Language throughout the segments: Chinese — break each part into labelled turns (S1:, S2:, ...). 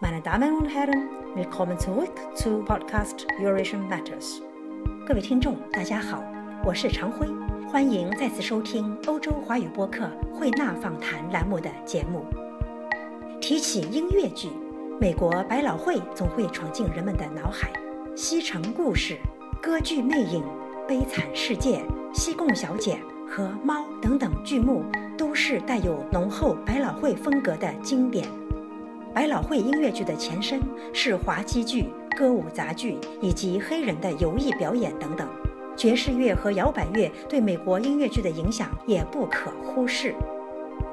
S1: meine Damen und Herren, willkommen zurück zu Podcast Eurasian Matters。各位听众，大家好，我是常辉，欢迎再次收听欧洲华语播客《慧纳访谈》栏目的节目。提起音乐剧，美国百老汇总会闯进人们的脑海，《西城故事》《歌剧魅影》《悲惨世界》《西贡小姐》和《猫》等等剧目，都是带有浓厚百老汇风格的经典。百老汇音乐剧的前身是滑稽剧、歌舞杂剧以及黑人的游艺表演等等。爵士乐和摇摆乐对美国音乐剧的影响也不可忽视。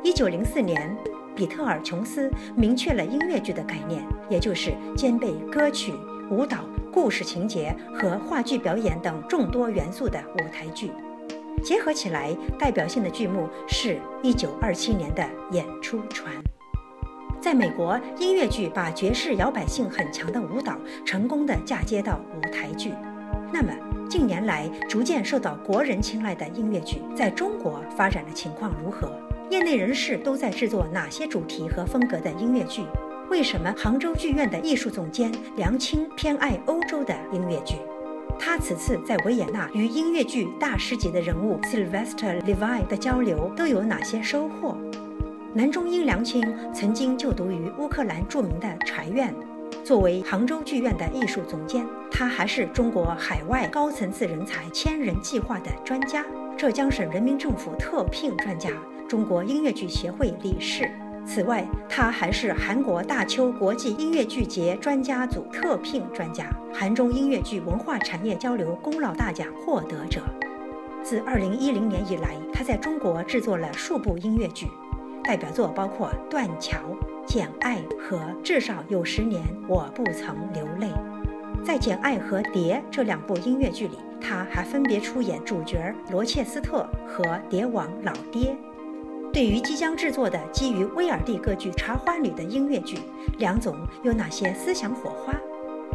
S1: 一九零四年，比特尔·琼斯明确了音乐剧的概念，也就是兼备歌曲、舞蹈、故事情节和话剧表演等众多元素的舞台剧。结合起来，代表性的剧目是一九二七年的《演出船》。在美国，音乐剧把爵士摇摆性很强的舞蹈成功的嫁接到舞台剧。那么，近年来逐渐受到国人青睐的音乐剧，在中国发展的情况如何？业内人士都在制作哪些主题和风格的音乐剧？为什么杭州剧院的艺术总监梁青偏爱欧洲的音乐剧？他此次在维也纳与音乐剧大师级的人物 Sylvester Levy 的交流都有哪些收获？男中音梁清曾经就读于乌克兰著名的柴院，作为杭州剧院的艺术总监，他还是中国海外高层次人才千人计划的专家，浙江省人民政府特聘专家，中国音乐剧协会理事。此外，他还是韩国大邱国际音乐剧节专家组特聘专家，韩中音乐剧文化产业交流功劳大奖获得者。自2010年以来，他在中国制作了数部音乐剧。代表作包括《断桥》《简爱》和《至少有十年我不曾流泪》。在《简爱》和《蝶》这两部音乐剧里，他还分别出演主角罗切斯特和蝶王老爹。对于即将制作的基于威尔第歌剧《茶花女》的音乐剧，梁总有哪些思想火花？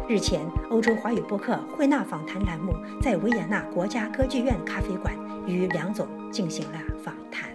S1: 日前，欧洲华语播客《惠纳访谈》栏目在维也纳国家歌剧院咖啡馆与梁总进行了访谈。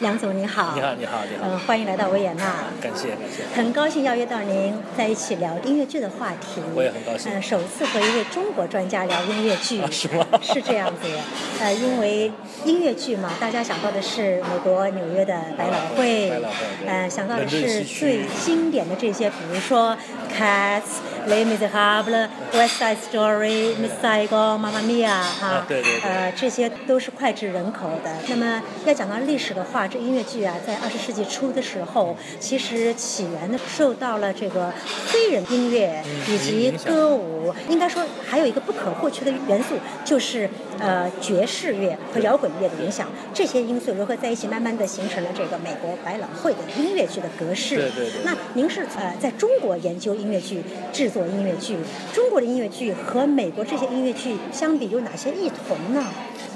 S1: 梁总您好，
S2: 你好，你好，你好，
S1: 嗯，欢迎来到维也纳，
S2: 感谢感谢，
S1: 很高兴邀约到您在一起聊音乐剧的话题。
S2: 我也很高兴
S1: 嗯，首次和一位中国专家聊音乐剧，
S2: 啊是吗
S1: 是这样子的，呃，因为音乐剧嘛，大家想到的是美国纽约的百老汇，
S2: 百老汇对
S1: 呃，想到的
S2: 伦敦
S1: 是
S2: 西区
S1: 最经典的这些，比如说《Cats》。《Les Misérables》《West Side Story》《Miss Saigon》《Mamma Mia》哈
S2: 啊，对对对
S1: 呃，这些都是脍炙人口的。那么要讲到历史的话，这音乐剧啊，在二十世纪初的时候，其实起源呢受到了这个黑人音乐以及
S2: 嗯影响
S1: 歌舞，应该说还有一个不可或缺的元素，就是呃爵士乐和摇滚乐的影响。这些因素融合在一起，慢慢的形成了这个美国百老汇的音乐剧的格式。
S2: 对对对
S1: 那您是呃在中国研究音乐剧、制作音乐剧，中国的音乐剧和美国这些音乐剧相比有哪些异同呢？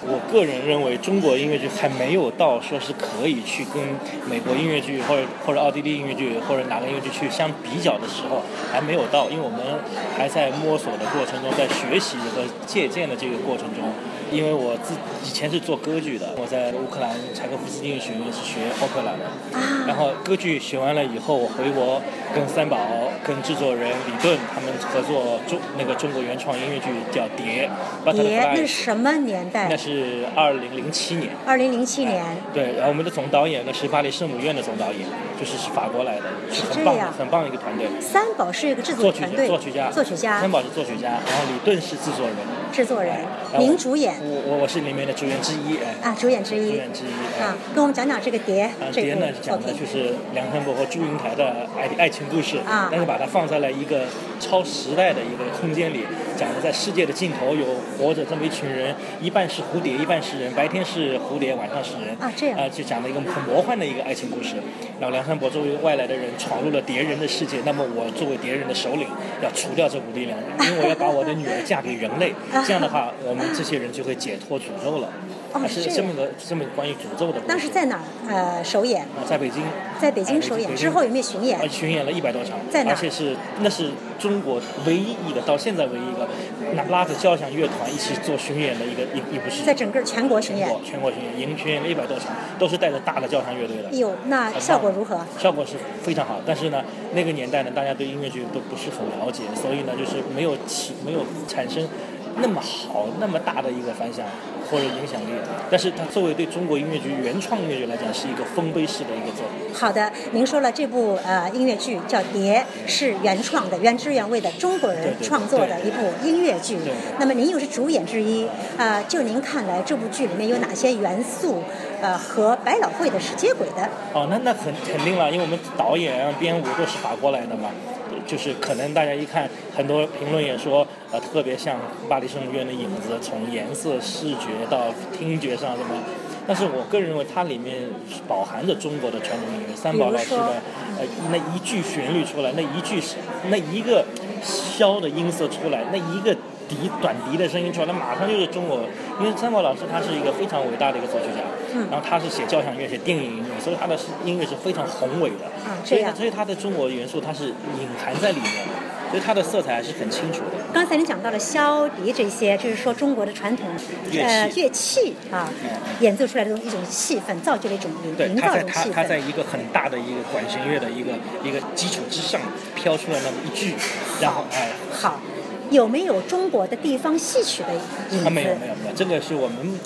S2: 我个人认为，中国音乐剧还没有到说是可以去跟美国音乐剧或者或者奥地利音乐剧或者哪个音乐剧去相比较的时候，还没有到，因为我们还在摸索的过程中，在学习和借鉴的这个过程中。因为我自以前是做歌剧的，我在乌克兰柴可夫斯基音乐学院是学 opera 的，
S1: 啊
S2: 然后歌剧学完了以后，我回国跟三宝、跟制作人李顿他们合作中那个中国原创音乐剧叫《蝶》
S1: 别，
S2: ，Butterfly
S1: 那是什么年
S2: 那
S1: 代？
S2: 是二零零七年。哎
S1: 二零零七哎年。
S2: 对，然后我们的总导演呢是巴黎圣母院的总导演，就是是法国来的，是
S1: 这
S2: 很棒的，
S1: 样
S2: 很棒的一个团队。
S1: 三宝是一个制作
S2: 作曲
S1: 团
S2: 家，
S1: 队，
S2: 作曲家，
S1: 作曲家
S2: 三宝是作曲家，然后李顿是制作人，
S1: 制作人
S2: 哎，
S1: 您主演
S2: 我我我是里面的主演之一，哎，
S1: 啊，主演之
S2: 主
S1: 一
S2: 演之一，哎
S1: 啊。，跟我们讲讲这个碟
S2: 呃，
S1: 这
S2: 蝶
S1: 部
S2: 呢
S1: 作
S2: 讲的
S1: 品
S2: 就是梁山伯和祝英台的爱爱情故事，
S1: 啊
S2: 但是把它放在了一个超时代的一个空间里，讲的在世界的尽头有活着这么一群人，一半是蝴蝶，一半是人，白天是蝴蝶，晚上是人
S1: 啊这样
S2: 呃就讲了一个很魔幻的一个爱情故事。然后梁山伯作为外来的人闯入了敌人的世界，那么我作为敌人的首领，要除掉这股力量， 因为我要把我的女儿嫁给人类，这样的话我们这些人就会解脱诅咒了。
S1: 哦
S2: 还
S1: 是
S2: 是
S1: 这
S2: 这么个这么个关于诅咒的故事。
S1: 当时在哪儿呃首演？
S2: 啊在北京，
S1: 在北京首演之后有没有巡演
S2: 呃，？巡演了一百多场，
S1: 在哪
S2: 而且是那是中国唯一一个到现在唯一一个拿拉着交响乐团一起做巡演的一个一一部戏。
S1: 在整个全国巡
S2: 全
S1: 演
S2: 国。全国巡演，已经巡演了一百多场，都是带着大的交响乐队的。
S1: 哎呦，那
S2: 很
S1: 效
S2: 棒
S1: 果如何？
S2: 效果是非常好，但是呢，那个年代呢，大家对音乐剧都不是很了解，所以呢，就是没有起没有产生那么好、那么大的一个反响或者影响力。但是它作为对中国音乐剧原创音乐剧来讲，是一个丰碑式的一个作品。
S1: 好的，您说了这部呃音乐剧叫《蝶》，是原创的、原汁原味的中国人
S2: 对对
S1: 创作的一
S2: 对
S1: 部音乐剧
S2: 对。
S1: 那么您又是主演之一，呃，就您看来，这部剧里面有哪些元素，呃，和百老汇的是接轨的？
S2: 哦，那那肯肯定了，因为我们导演、啊、编舞都是法国来的嘛，就是可能大家一看，很多评论也说，呃，特别像巴黎圣母院的影子，从颜色、视觉到听觉上什么。但是我个人认为，它里面饱含着中国的传统音乐，三宝老师
S1: 比如说
S2: 的呃那一句旋律出来，那一句那一个箫的音色出来，那一个笛短笛的声音出来，那马上就是中国。因为三宝老师他是一个非常伟大的一个作曲家，
S1: 嗯
S2: 然后他是写交响乐、写电影音乐，所以他的音乐是非常宏伟的。
S1: 啊这
S2: 所以
S1: 样
S2: 所以他的中国元素它是隐含在里面的，所以它的色彩还是很清楚的。
S1: 刚才您讲到了箫笛这些，就是说中国的传统
S2: 乐器
S1: 呃乐器啊
S2: 嗯，
S1: 演奏出来的一种气氛，造就了一种
S2: 对，
S1: 营
S2: 它
S1: 造一
S2: 在
S1: 种
S2: 它
S1: 气
S2: 它在
S1: 氛。
S2: 一个很大的一个管弦乐的一个一个基础之上飘出来那么一句，然后哎，
S1: 好，有没有中国的地方戏曲的影
S2: 啊，
S1: 子？
S2: 没有没有没有，这个是我们。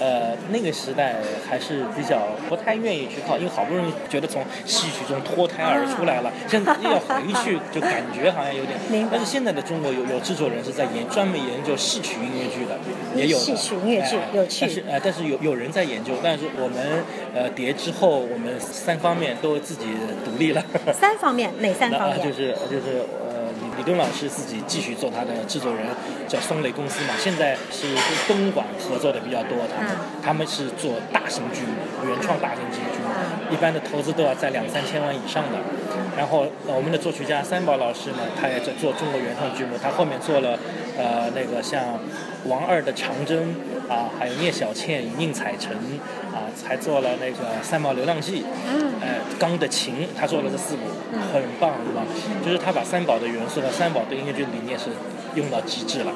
S2: 呃，那个时代还是比较不太愿意去靠，因为好不容易觉得从戏曲中脱胎而出来了，现在又要回去，就感觉好像有
S1: 明
S2: 点
S1: 白。
S2: 但是现在的中国有有制作人是在研专门研究戏曲音乐剧的，也有的
S1: 戏曲音乐剧
S2: 哎
S1: 有趣
S2: 但是呃，但是有有人在研究，但是我们呃叠之后，我们三方面都自己独立了。
S1: 三方面，哪三
S2: 那
S1: 方
S2: 啊，
S1: 面？
S2: 就是就是呃，李李东老师自己继续做他的制作人，叫松雷公司嘛，现在是跟东莞合作的比较多，他们、
S1: 嗯
S2: 他们是做大型剧目，原创大型剧目，
S1: 嗯
S2: 一般的投资都要在两三千万以上的。然后呃，我们的作曲家三宝老师呢，他也在做中国原创剧目，他后面做了呃那个像王二的长征。啊，还有聂小倩、宁采臣，啊，还做了那个《三毛流浪记》，
S1: 嗯
S2: 呃，钢的琴，他做了这四部，很棒，很棒。就是他把三宝的元素和三宝对音乐剧的理念是用到极致了，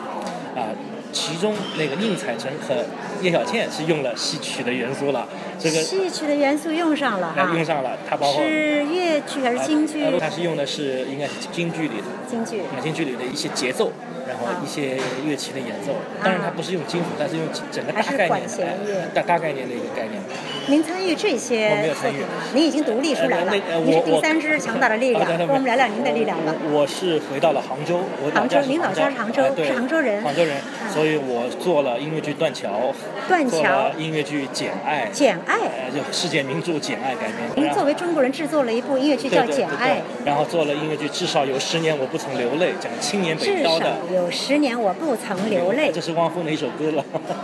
S2: 啊、其中那个宁采臣和叶小倩是用了戏曲的元素了，这个
S1: 戏曲的元素用上了
S2: 来
S1: 哈，
S2: 用上了，他包括。
S1: 啊是越剧还是京剧？
S2: 呃他是用的是应该是京剧里的
S1: 京剧。
S2: 马京剧里的一些节奏，然后一些乐器的演奏。当然，它不是用金属，但是用整个大
S1: 啊还是
S2: 概
S1: 管
S2: 念的
S1: 弦乐
S2: 哎大大概念的一个概念。
S1: 您参与这
S2: 我没
S1: 些作
S2: 有参与
S1: 品吗？您已经独立出来了，
S2: 呃那呃
S1: 您是
S2: 我
S1: 第
S2: 我
S1: 三支强大的力量。
S2: 啊
S1: 跟我们聊聊您的力量吧。。
S2: 我我是回到了杭州，我
S1: 杭州
S2: 家是
S1: 您老家是杭州
S2: 哎对
S1: 是杭州人
S2: 杭州人
S1: 嗯，
S2: 所以我做了音乐剧《断桥》，
S1: 断
S2: 做
S1: 桥
S2: 了音乐剧《简爱》，
S1: 《简爱》，
S2: 呃，就世界名著《简爱》改编。
S1: 您
S2: 然后
S1: 作为中国人制作了一部音乐剧
S2: 对
S1: 叫
S2: 对
S1: 《
S2: 对
S1: 简
S2: 对
S1: 爱》，
S2: 然后做了音乐剧，至少有十年我不曾流泪，讲青年北
S1: 至
S2: 漂
S1: 少
S2: 的。
S1: 有十年我不曾流泪
S2: 这。是汪峰的一首歌了，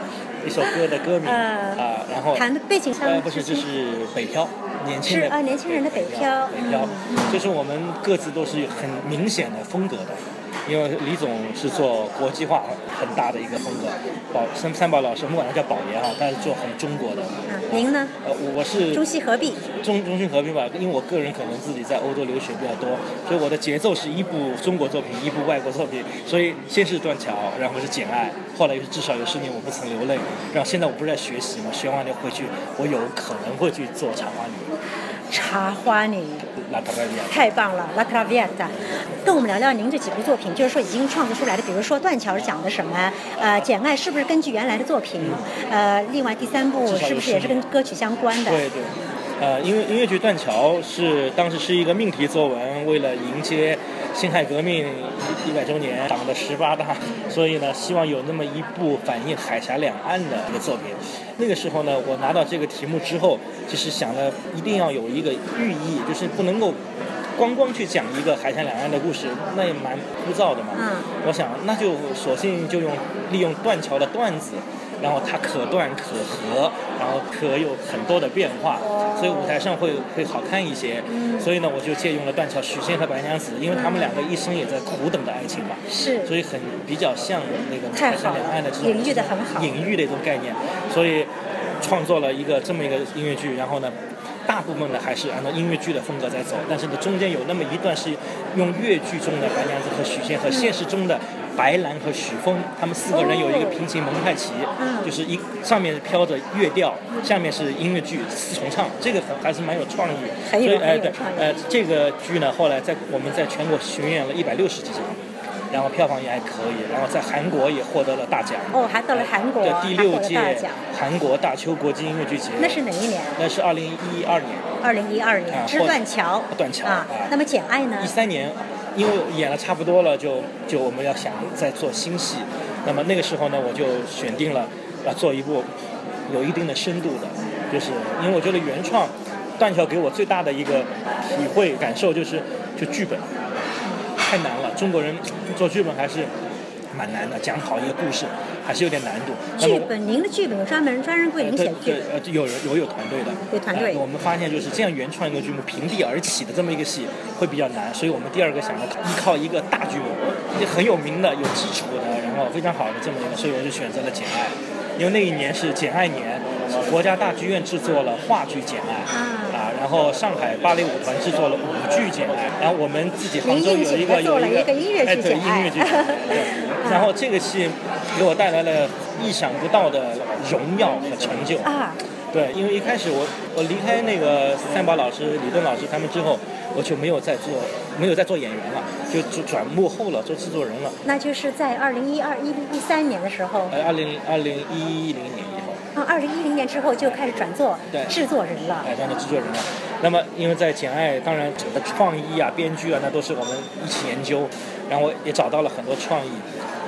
S2: 一首歌的歌名
S1: 呃
S2: 啊。然后
S1: 谈的背景上
S2: 呃，不是，
S1: 是
S2: 这是北漂，年轻人
S1: 是啊年轻人的北漂
S2: 北漂，嗯就是我们各自都是有很明显的风格的。因为李总是做国际化很大的一个风格，宝三三宝老师，我们管他叫宝爷啊，他是做很中国的。
S1: 啊，您呢？
S2: 呃，我我是
S1: 中西合璧，
S2: 中中西合并吧，因为我个人可能自己在欧洲留学比较多，所以我的节奏是一部中国作品，一部外国作品，所以先是《断桥》，然后是《简爱》，后来又是《至少有十年我不曾流泪》，然后现在我不是在学习嘛，学完了回去，我有可能会去做茶花女、
S1: 茶花女。
S2: 拉塔维亚。
S1: 太棒了，《拉特拉维亚》跟我们聊聊您这几部作品，就是说已经创作出来的，比如说《断桥》是讲的什么？呃，《简爱》是不是根据原来的作品？呃，另外第三部
S2: 嗯至少有
S1: 是不是也是跟歌曲相关的？
S2: 对对，呃，因为音乐剧《断桥》是当时是一个命题作文，为了迎接辛亥革命一百周年党的十八大， 所以呢，希望有那么一部反映海峡两岸的一个作品。那个时候呢，我拿到这个题目之后，就是想了一定要有一个寓意，就是不能够。光光去讲一个海峡两岸的故事，那也蛮枯燥的嘛。
S1: 嗯
S2: 我想，那就索性就用利用断桥的段子，然后它可断可合，然后可有很多的变化，所以舞台上会会好看一些。所以呢，我就借用了断桥许仙和白娘子，因为他们两个一生也在苦等的爱情嘛，
S1: 是。
S2: 所以很比较像那个
S1: 太
S2: 海
S1: 好
S2: 峡
S1: 了
S2: 两岸的这种
S1: 隐喻得很好
S2: 隐喻的一种概念。所以创作了一个这么一个音乐剧，然后呢，大部分的还是按照音乐剧的风格在走，但是呢，中间有那么一段是用越剧中的白娘子和许仙和现实中的白兰和许峰，他们四个人有一个平行蒙太奇，
S1: 哦嗯
S2: 就是一上面飘着乐调，下面是音乐剧四重唱，这个很还是蛮有创意。
S1: 很有
S2: 所以哎、
S1: 很有
S2: 对
S1: 创意
S2: 呃这个剧呢，后来在我们在全国巡演了一百六十几场。然后票房也还可以，然后在韩国也获得了大奖。
S1: 哦，还到了韩国，
S2: 对第六
S1: 还获得
S2: 届
S1: 大奖，
S2: 韩国大邱国际音乐剧节，
S1: 那是哪一年？
S2: 那是二零一二年，
S1: 二零一二年，
S2: 啊
S1: 是断桥。
S2: 断桥
S1: 啊
S2: 啊。
S1: 那么《简爱》呢
S2: 一？三年，因为演了差不多了，就就我们要想再做新戏，那么那个时候呢，我就选定了要做一部有一定的深度的，就是因为我觉得原创断桥给我最大的一个体会感受就是就剧本太难了，中国人做剧本还是蛮难的，讲好一个故事还是有点难度。那么
S1: 剧本，您的剧本有专门专人为您写
S2: 对
S1: 的剧
S2: 对
S1: 本。，
S2: 呃，有人有有团队的，
S1: 有团队
S2: 呃我们发现就是这样原创一个剧目平地而起的这么一个戏会比较难，所以我们第二个想要依靠一个大剧目，也很有名的、有基础的，然后非常好的这么一个，所以我就选择了《简爱》，因为那一年是《简爱年》，国家大剧院制作了话剧《简爱》
S1: 啊
S2: 啊，然后上海芭蕾舞团制作了舞剧《简爱》，然后我们自己杭
S1: 您
S2: 州有
S1: 硬
S2: 一
S1: 性
S2: 个
S1: 合作
S2: 有
S1: 了一个音乐剧
S2: 哎对
S1: 简爱
S2: 音乐剧， 对然后这个戏给我带来了意想不到的荣耀和成就
S1: 啊，
S2: 对，因为一开始我我离开那个三宝老师、李盾老师他们之后，我就没有再做没有再做演员了，就转转幕后了，做制作人了。
S1: 那就是在二零一二一一三年的时候，
S2: 呃，二零二零一零年以后，
S1: 啊，二零一零年之后就开始转做
S2: 对
S1: 制作人了。
S2: 改当的制作人了。那么，因为在《简爱》，当然整个创意啊、编剧啊，那都是我们一起研究，然后也找到了很多创意。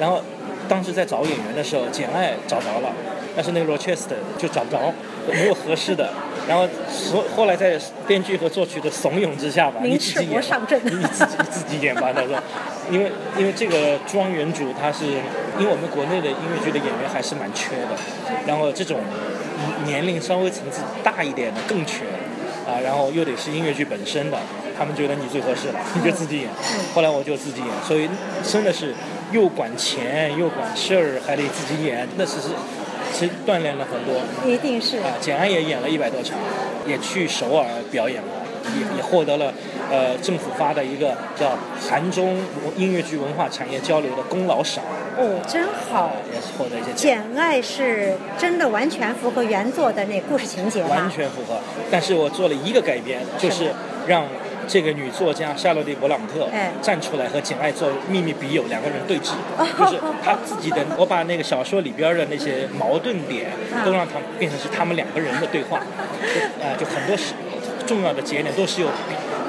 S2: 然后当时在找演员的时候，《简爱》找着了，但是那个 Rochester 就找不着，没有合适的。然后所后来在编剧和作曲的怂恿之下吧，
S1: 明
S2: 你自己
S1: 赤膊
S2: 演吧
S1: 上阵
S2: 你自己自己演吧。他说，因为因为这个庄园主他是，因为我们国内的音乐剧的演员还是蛮缺的，然后这种年龄稍微层次大一点的更缺，啊，然后又得是音乐剧本身的，他们觉得你最合适了，你就自己演。
S1: 嗯
S2: 后来我就自己演，所以真的是又管钱又管事儿，还得自己演，那其实其实锻炼了很多。
S1: 一定是
S2: 啊，简安也演了一百多场，也去首尔表演过，也也获得了呃政府发的一个叫韩中音乐剧文化产业交流的功劳赏，啊
S1: 哦，真好。
S2: 也是获得一些
S1: 《
S2: 奖，
S1: 简爱》是真的完全符合原作的那故事情节
S2: 完
S1: 吗？
S2: 全符合。但是我做了一个改编，就是让。这个女作家夏洛蒂·勃朗特
S1: 哎，
S2: 站出来和简爱做秘密笔友，两个人对峙就是她自己的。我把那个小说里边的那些矛盾点
S1: 啊，
S2: 都让它变成是他们两个人的对话。呃，就很多是重要的节点都是由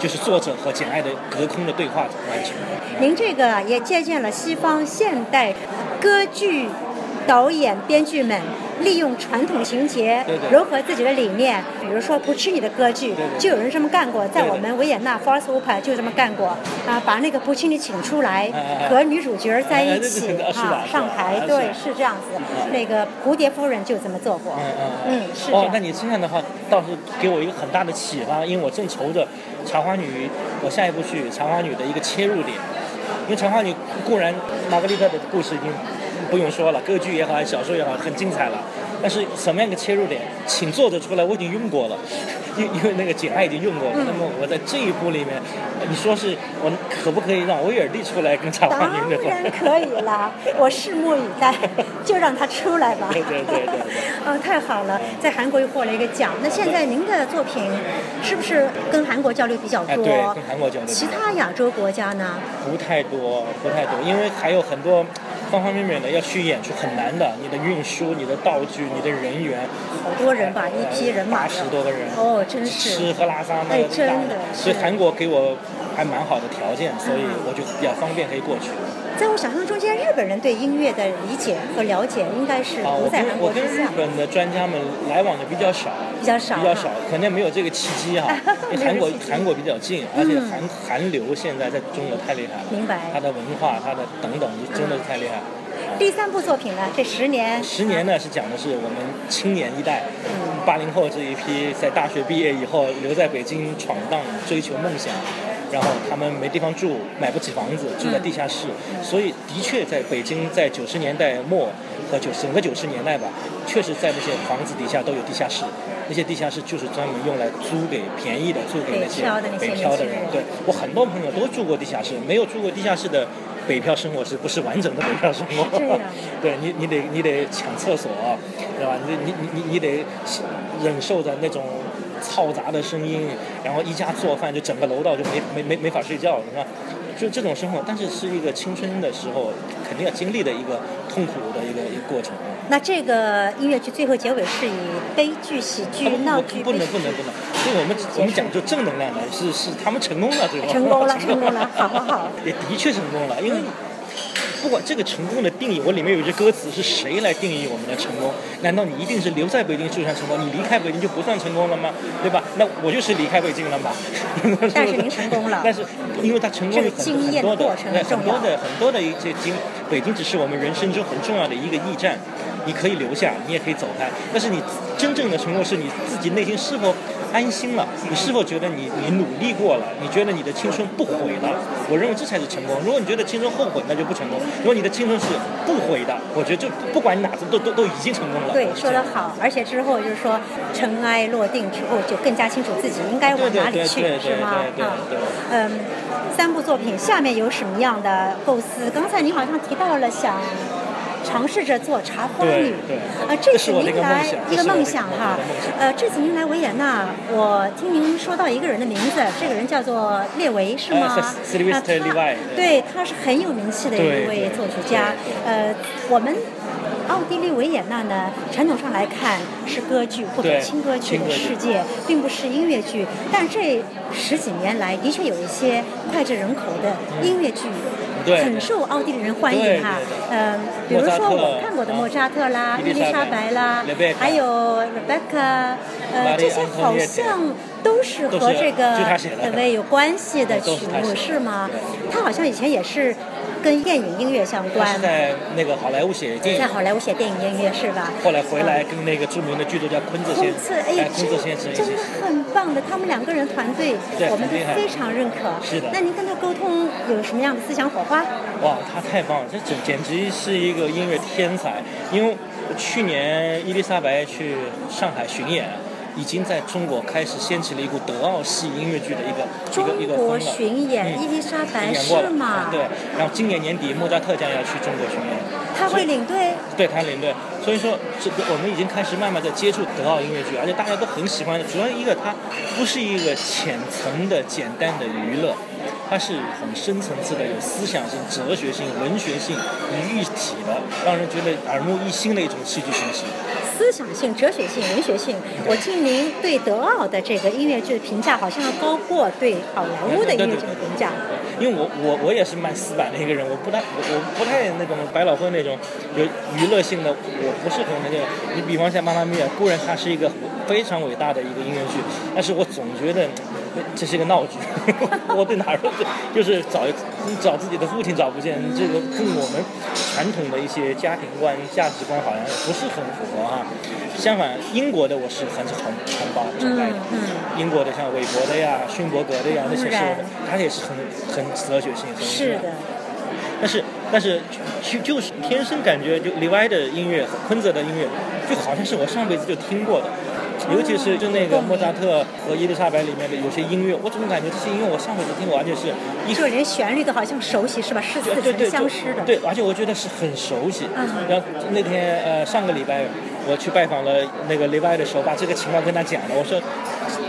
S2: 就是作者和简爱的隔空的对话完成的。
S1: 您这个也借鉴了西方现代歌剧导演、编剧们利用传统情节
S2: 对对
S1: 融合自己的理念，比如说普契尼的歌剧
S2: 对对
S1: 就有人这么干过，在
S2: 对对
S1: 我们维也纳 f o r s t Opera 就这么干过啊，把那个普契尼请出来
S2: 哎哎
S1: 和女主角在一
S2: 哎
S1: 起
S2: 对对对是
S1: 啊
S2: 吧
S1: 上台
S2: 是，吧嗯
S1: 对
S2: 是，
S1: 是这样子。那个蝴蝶夫人就这么做过，嗯，是这
S2: 哦，那
S1: 样。
S2: 你这样的话倒是给我一个很大的启发，因为我正愁着《茶花女》，我下一部剧《茶花女》的一个切入点。因为《茶花女》固然玛格丽特的故事已经不用说了，歌剧也好，小说也好，很精彩了。但是什么样一个切入点，请作者出来，我已经用过了，因因为那个简爱已经用过了。
S1: 嗯
S2: 那么我在这一部里面，你说是我可不可以让威尔第出来跟茶花
S1: 当
S2: 女那会
S1: 然
S2: 儿？
S1: 可以 啦，我拭目以待，就让他出来吧。
S2: 对对对对对。
S1: 哦，太好了，在韩国又获了一个奖。那现在您的作品是不是跟韩国交流比较
S2: 哎，
S1: 多？
S2: 对，跟韩国交流。
S1: 其他亚洲国家呢？
S2: 不太多，不太多，因为还有很多方方面面的要去演出，很难的。你的运输、你的道具、你的人员，
S1: 好多人吧，一批人马
S2: 呃八十多个人，
S1: 哦，真
S2: 吃
S1: 是。
S2: 喝拉撒那
S1: 哎
S2: 个
S1: 真
S2: 大
S1: 的
S2: 所以
S1: 是嗯
S2: 韩国给我还蛮好的条件，所以我就比较方便可以过去。
S1: 在我想象中间，日本人对音乐的理解和了解应该是
S2: 啊，
S1: 不
S2: 我
S1: 在
S2: 跟
S1: 韩
S2: 我
S1: 国
S2: 跟
S1: 之
S2: 日
S1: 下，
S2: 本的专家们来往的比较少，
S1: 比较少。。
S2: 比较少，。可能没有这个契机哈 因
S1: 没有
S2: 为韩国
S1: 这个契机嗯
S2: 韩国比较近，而且韩韩流现在在中国太厉害了，
S1: 明
S2: 它
S1: 白。
S2: 的文化、它的等等，真的是太厉害了。
S1: 第三部作品呢？这十年。
S2: 十年呢是讲的是我们青年一代，八零后这一批在大学毕业以后留在北京闯荡，追求梦想，然后他们没地方住，买不起房子，住在地下
S1: 嗯
S2: 室，所以的确在北京在九十年代末和九整个九十年代吧，确实在那些房子底下都有地下室，那些地下室就是专门用来租给便宜的，租给那些
S1: 北
S2: 北
S1: 漂
S2: 漂
S1: 的那些年
S2: 的人
S1: 轻人。
S2: 对我很多朋友都住过地下室，没有住过地下室的北漂生活是不是完整的北漂生活？
S1: 这样
S2: 对你，你得你得抢厕所，啊对吧？你你你你你得忍受着那种嘈杂的声音，然后一家做饭就整个楼道就没没没没法睡觉，你看，就这种生活，但是是一个青春的时候肯定要经历的一个痛苦的一个一个过程啊。
S1: 那这个音乐剧最后结尾是以悲剧、喜剧、闹剧、
S2: 不
S1: 悲
S2: 能
S1: 剧
S2: 不能不能，所以我们我们讲究正能量的，是是他们 成功了，最后
S1: 成功了，成功了，好不好？
S2: 也的确成功了，因为不管这个成功的定义，我里面有一句歌词是谁来定义我们的成功？难道你一定是留在北京就算成功？你离开北京就不算成功了吗？对吧？那我就是离开北京了嘛。
S1: 但是您成功了
S2: 但是因为他成功有很
S1: 这个经
S2: 很
S1: 验
S2: 多的
S1: 过程
S2: 对
S1: 很
S2: 很
S1: 重要
S2: 多的很多的一些经，北京只是我们人生中很重要的一个驿站。你可以留下，你也可以走开，但是你真正的成功是你自己内心是否安心了，你是否觉得你你努力过了，你觉得你的青春不悔了？我认为这才是成功。如果你觉得青春后悔，那就不成功；如果你的青春是不悔的，我觉得就不管你哪次都都都已经成功了。
S1: 对，说得好，而且之后就是说尘埃落定之后，就更加清楚自己应该
S2: 对
S1: 往
S2: 对
S1: 哪里
S2: 对
S1: 去，
S2: 对
S1: 是
S2: 对
S1: 吗？
S2: 对对
S1: 啊，
S2: 对。
S1: 嗯，三部作品下面有什么样的构思？刚才你好像提到了想尝试着做茶花
S2: 对
S1: 女，
S2: 对
S1: 啊，
S2: 这
S1: 次
S2: 是我的
S1: 您
S2: 一个梦
S1: 来
S2: 想
S1: 一
S2: 这
S1: 个
S2: 是我的
S1: 梦
S2: 一个
S1: 想
S2: 梦
S1: 哈
S2: 我的梦，
S1: 呃，这次您来维也纳，我听您说到一个人的名字，这个人叫做列维是吗？
S2: 呃是
S1: 那
S2: Sylvester
S1: 他
S2: Levy，
S1: 对，他是很有名气的一
S2: 对
S1: 位
S2: 对
S1: 作曲家
S2: 对对，
S1: 呃，我们。奥地利维也纳呢，传统上来看是歌剧或者
S2: 对
S1: 轻歌剧
S2: 轻
S1: 的
S2: 歌剧
S1: 世界，并不是音乐剧。但这十几年来，的确有一些脍炙人口的音乐剧，
S2: 对
S1: 很
S2: 对
S1: 受奥地利人欢
S2: 对
S1: 迎
S2: 对
S1: 哈
S2: 对。
S1: 嗯、比如
S2: 莫扎
S1: 说
S2: 特
S1: 我看过的
S2: 啊
S1: 莫扎特啦、伊丽
S2: 伊丽
S1: 莎白
S2: 莎白
S1: 啦
S2: Rebecca，
S1: 还有 Rebecca，呃，
S2: Maria
S1: 这些好
S2: Antonietta
S1: 像都是
S2: 都
S1: 和
S2: 是
S1: 这个
S2: 就他写
S1: 的
S2: 的
S1: 位有关系的曲
S2: 对都是他
S1: 目
S2: 写的
S1: 是吗
S2: 对？
S1: 他好像以前也是跟电影音乐相
S2: 他
S1: 关
S2: 是。在那个好莱坞写电影
S1: 在，好莱坞写电影音乐是吧？
S2: 后来回来
S1: 嗯。
S2: 跟那个著名的剧作家昆泽
S1: 空
S2: 先
S1: 次
S2: 生，
S1: 哎呀，
S2: 昆
S1: 真
S2: 泽先生一
S1: 真
S2: 起
S1: 的。很棒的，他们两个人团队，
S2: 对
S1: 我们都
S2: 很厉害
S1: 非常认可。
S2: 是的
S1: 那您跟他沟通有什么样的思想火花？
S2: 哇，他太棒了，这简简直是一个音乐天才。因为去年伊丽莎白去上海巡演，已经在中国开始掀起了一股德奥系音乐剧的一个一个
S1: 中
S2: 一个
S1: 国
S2: 风了。
S1: 巡演《
S2: 嗯
S1: 伊丽莎白》
S2: 演过
S1: 是
S2: 了，
S1: 吗？
S2: 对，然后今年年底莫扎特将要去中国巡演，
S1: 他会领队。
S2: 对，谭林对，所以说这个我们已经开始慢慢在接触德奥音乐剧，而且大家都很喜欢。主要一个它不是一个浅层的简单的娱乐，它是很深层次的，有思想性、哲学性、文学性于一体的，让人觉得耳目一新的一种戏剧形式。
S1: 思想性、哲学性、文学性，我听您对德奥的这个音乐剧的评价，好像高过对好莱坞的音乐剧的评价。
S2: 因为我我我也是蛮死板的一个人，我不太我我不太那种百老汇那种有娱乐性的，我不是很那个。你比方像《妈妈咪呀》，固然它是一个非常伟大的一个音乐剧，但是我总觉得呃这是一个闹剧。 我对哪儿都就是找找自己的父亲找不见，这个跟我们传统的一些家庭观、价值观好像不是很符合哈、相反，英国的我是很很很包崇拜的。
S1: 嗯
S2: 英国的像韦伯的呀、勋伯格的呀，那些是
S1: 当然
S2: 他也是很很哲学性，很啊
S1: 是的，
S2: 但是但是就就是天生感觉就李歪的音乐和昆泽的音乐，就好像是我上辈子就听过的。尤其是就
S1: 哦
S2: 那个莫扎特和伊丽莎白里面的有些音乐，我总感觉这些音乐我上辈子听过，而且是一
S1: 就连旋律都好像熟悉，是吧？是似
S2: 对对
S1: 曾
S2: 对，
S1: 相识的。
S2: 对，而且我觉得是很熟悉。
S1: 嗯
S2: 然后那天呃上个礼拜我去拜访了那个雷拜的时候，把这个情况跟他讲了，我说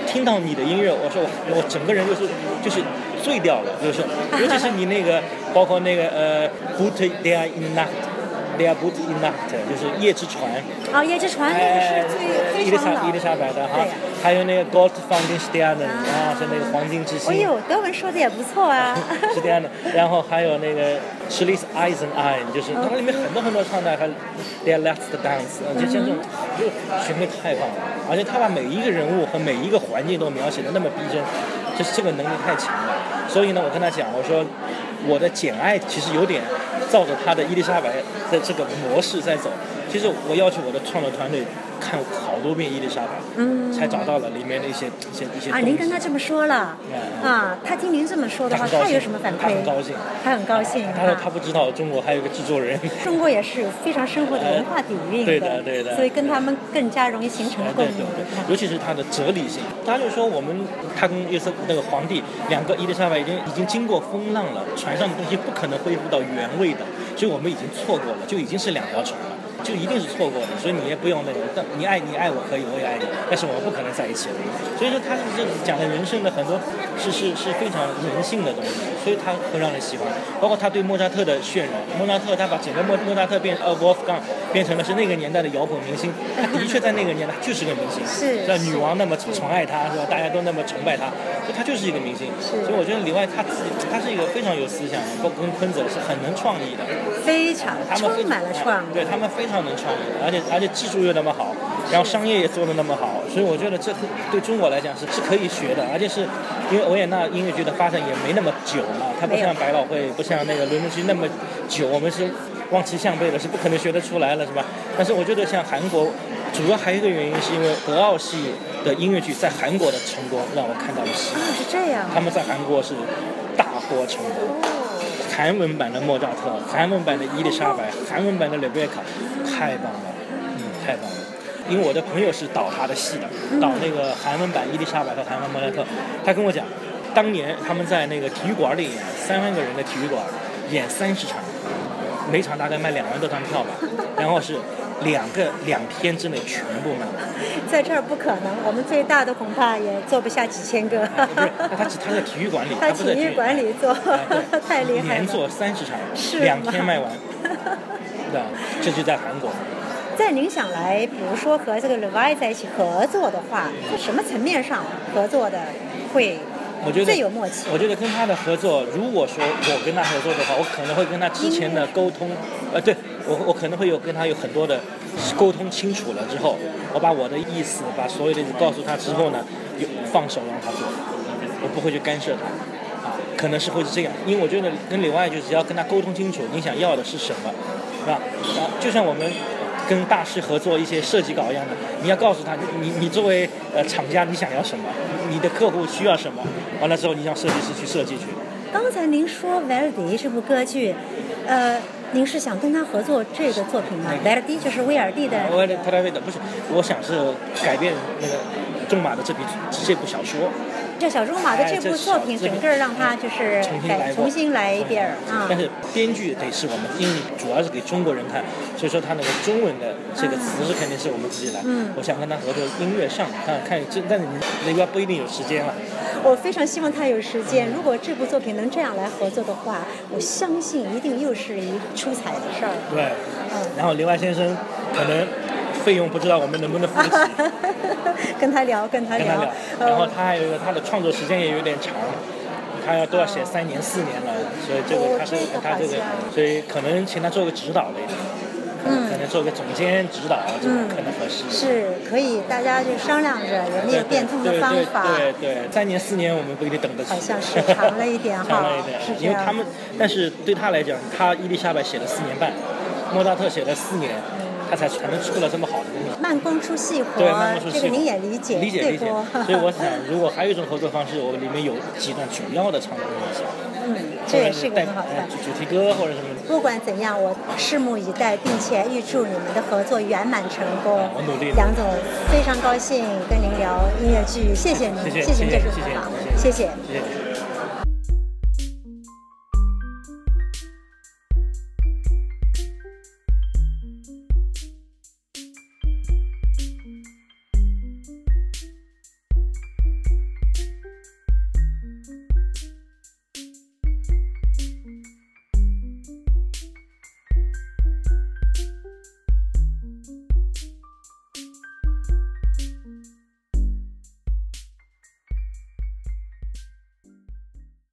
S2: 听到你的音乐，我说我我整个人就是就是醉掉了，就是尤其是你那个包括那个呃 Boot There in Night。There boot in night，就是夜之船，
S1: 啊，夜之船那个
S2: 哎
S1: 是最非
S2: 伊丽
S1: 常
S2: 莎
S1: 老
S2: 伊丽。莎白的哈
S1: 对呀，
S2: 还有那个 Gold Founding
S1: 啊
S2: Stern 啊，是那个黄金之星。
S1: 哎呦，德文说的也不错啊。
S2: 是这样的。然后还有那个 s h i l l e y s Eyes and I，就是
S1: 哦
S2: 它里面很多很多唱的，还有 Their Last Dance，
S1: 嗯
S2: 呃就像这种，就旋律太棒了，而且他把每一个人物和每一个环境都描写的那么逼真，就是这个能力太强了。所以呢，我跟他讲，我说我的《简爱》其实有点照着他的《伊丽莎白》的这个模式在走。其实我要求我的创作团队看好多遍伊丽莎白，
S1: 嗯
S2: 才找到了里面的一些一些一些
S1: 啊，
S2: 东
S1: 您
S2: 西
S1: 跟他这么说了
S2: 嗯
S1: 啊，他听您这么说的
S2: 他
S1: 话，
S2: 很高
S1: 他
S2: 兴
S1: 有什么反馈？
S2: 他很高兴，
S1: 他很高兴
S2: 他说
S1: 啊
S2: 他不知道中国还有一个制作人，
S1: 中国也是有非常深厚的文化底蕴
S2: 对的对的
S1: 所以跟他们更加容易形成
S2: 哎
S1: 共
S2: 对
S1: 鸣
S2: 对。对，尤其是他的哲理性。他就说我们他跟约瑟那个皇帝两个伊丽莎白已经已经经过风浪了，船上的东西不可能恢复到原位的，所以我们已经错过了，就已经是两条船了。就一定是错过的，所以你也不用那个，但你爱你爱我可以，我也爱你，但是我们不可能在一起了。所以说他就是讲的人生的很多是是是非常人性的东西，所以他会让人喜欢。包括他对莫扎特的渲染，莫扎特他把整个莫莫扎特变呃 Wolfgang 变成了是那个年代的摇滚明星，他的确在那个年代就是个明星，
S1: 是
S2: 让女王那么宠爱他，是吧？大家都那么崇拜他，就他就是一个明星。
S1: 是
S2: 所以我觉得里外他自己他是一个非常有思想的，包括跟坤子是很能创意的。
S1: 啊非常
S2: 他们非哎
S1: 充满了创意。
S2: 对他们非常能创意，而且而且技术又那么好，然后商业也做的那么好，所以我觉得这对中国来讲是是可以学的，而且是因为维也纳音乐剧的发展也没那么久嘛，它不
S1: 没有
S2: 像百老汇，不像那个伦敦区那么久，我们是望其项背了，是不可能学得出来了，是吧？但是我觉得像韩国，主要还有一个原因是因为德奥系的音乐剧在韩国的成功，让我看到了希
S1: 啊
S2: 望，，
S1: 是这样。
S2: 他们在韩国是大获成功。韩文版的莫扎特，韩文版的伊丽莎白，韩文版的蕾贝卡，太棒了，嗯，太棒了。因为我的朋友是导他的戏的，导那个韩文版伊丽莎白和韩文莫扎特，他跟我讲，当年他们在那个体育馆里演三万个人的体育馆，演三十场，每场大概卖两万多张票吧，然后是两个两天之内全部卖完。
S1: 在这儿不可能，我们最大的恐怕也做不下几千 个。
S2: 不是，他只他在体育馆里，
S1: 他
S2: 不在
S1: 体育馆里做
S2: 哎对
S1: 太厉害了
S2: 连做三十场，
S1: 是
S2: 两
S1: 吗
S2: 天卖完，对，这就在韩国。
S1: 在您想来，比如说和这个 Levi 在一起合作的话，在什么层面上合作的会
S2: 我觉得
S1: 最有默契？
S2: 我觉得跟他的合作，如果说我跟他合作的话，我可能会跟他之前的沟通，呃，对我我可能会有跟他有很多的沟通清楚了之后，我把我的意思，把所有的告诉他之后呢，有放手让他做，我不会去干涉他。啊，可能是会是这样，因为我觉得跟里外就只要跟他沟通清楚你想要的是什么，是吧？然后就像我们跟大师合作一些设计稿一样的，你要告诉他你你你作为呃厂家你想要什么，你的客户需要什么，完了之后你让设计师去设计去。
S1: 刚才您说《维尔迪》这部歌剧，呃，您是想跟他合作这个作品吗？维尔迪就是威尔第的
S2: 我他他为的不是，我想是改变那个仲马的这笔这部小说，
S1: 这小仲马的这部作品，
S2: 哎这是
S1: 整个让他就是
S2: 重新来
S1: 改
S2: 过
S1: 重新来一遍儿啊
S2: 但。是编剧得是我们，因为主要是给中国人看，所以说他那个中文的这个词是肯定是我们自己来。
S1: 嗯
S2: 我想跟他合作音乐上，看看这，但是你那边不一定有时间了。
S1: 我非常希望他有时间，如果这部作品能这样来合作的话，我相信一定又是一出彩的事儿。
S2: 对，
S1: 嗯，
S2: 然后刘爱先生可能费用不知道我们能不能 付得起，
S1: 跟他聊，跟他
S2: 跟他
S1: 聊
S2: 聊。。然后
S1: 呃，
S2: 他还有一个他的创作时间也有点长。他要都要写三年四年了，所以这
S1: 嗯哦
S2: 个他是
S1: 这个
S2: 他这个
S1: 好像，
S2: 所以可能请他做个指导的，可
S1: 嗯，
S2: 能做个总监指导，这
S1: 嗯
S2: 个可能合适。
S1: 是可以，大家就商量着有没
S2: 对
S1: 有变通的方法。
S2: 对对对对，三年四年我们不一定等得起。
S1: 好像是长了一点哈
S2: 长了一点，
S1: 是这样
S2: 因为他们，但是对他来讲，他伊丽莎白写了四年半，莫扎特写了四年，
S1: 嗯
S2: 他才才能出了这么好的东西。
S1: 慢工出细活
S2: 对，慢慢说，
S1: 这个您也理解，
S2: 理解
S1: 对
S2: 理解
S1: 不。
S2: 所以我想，如果还有一种合作方式，我里面有几段主要的唱功东西，
S1: 嗯，这
S2: 或
S1: 也
S2: 者
S1: 是
S2: 是
S1: 个
S2: 带
S1: 很好的
S2: 呃
S1: 办法。
S2: 主主题歌或者什么的。
S1: 不管怎样，我拭目以待，并且预祝你们的合作圆满成功。
S2: 哎我努力
S1: 杨总，非常高兴跟您聊音乐剧，谢谢您，
S2: 谢谢
S1: 您
S2: 谢谢
S1: 这次
S2: 谢
S1: 采
S2: 谢
S1: 访，谢
S2: 谢
S1: 谢
S2: 谢谢。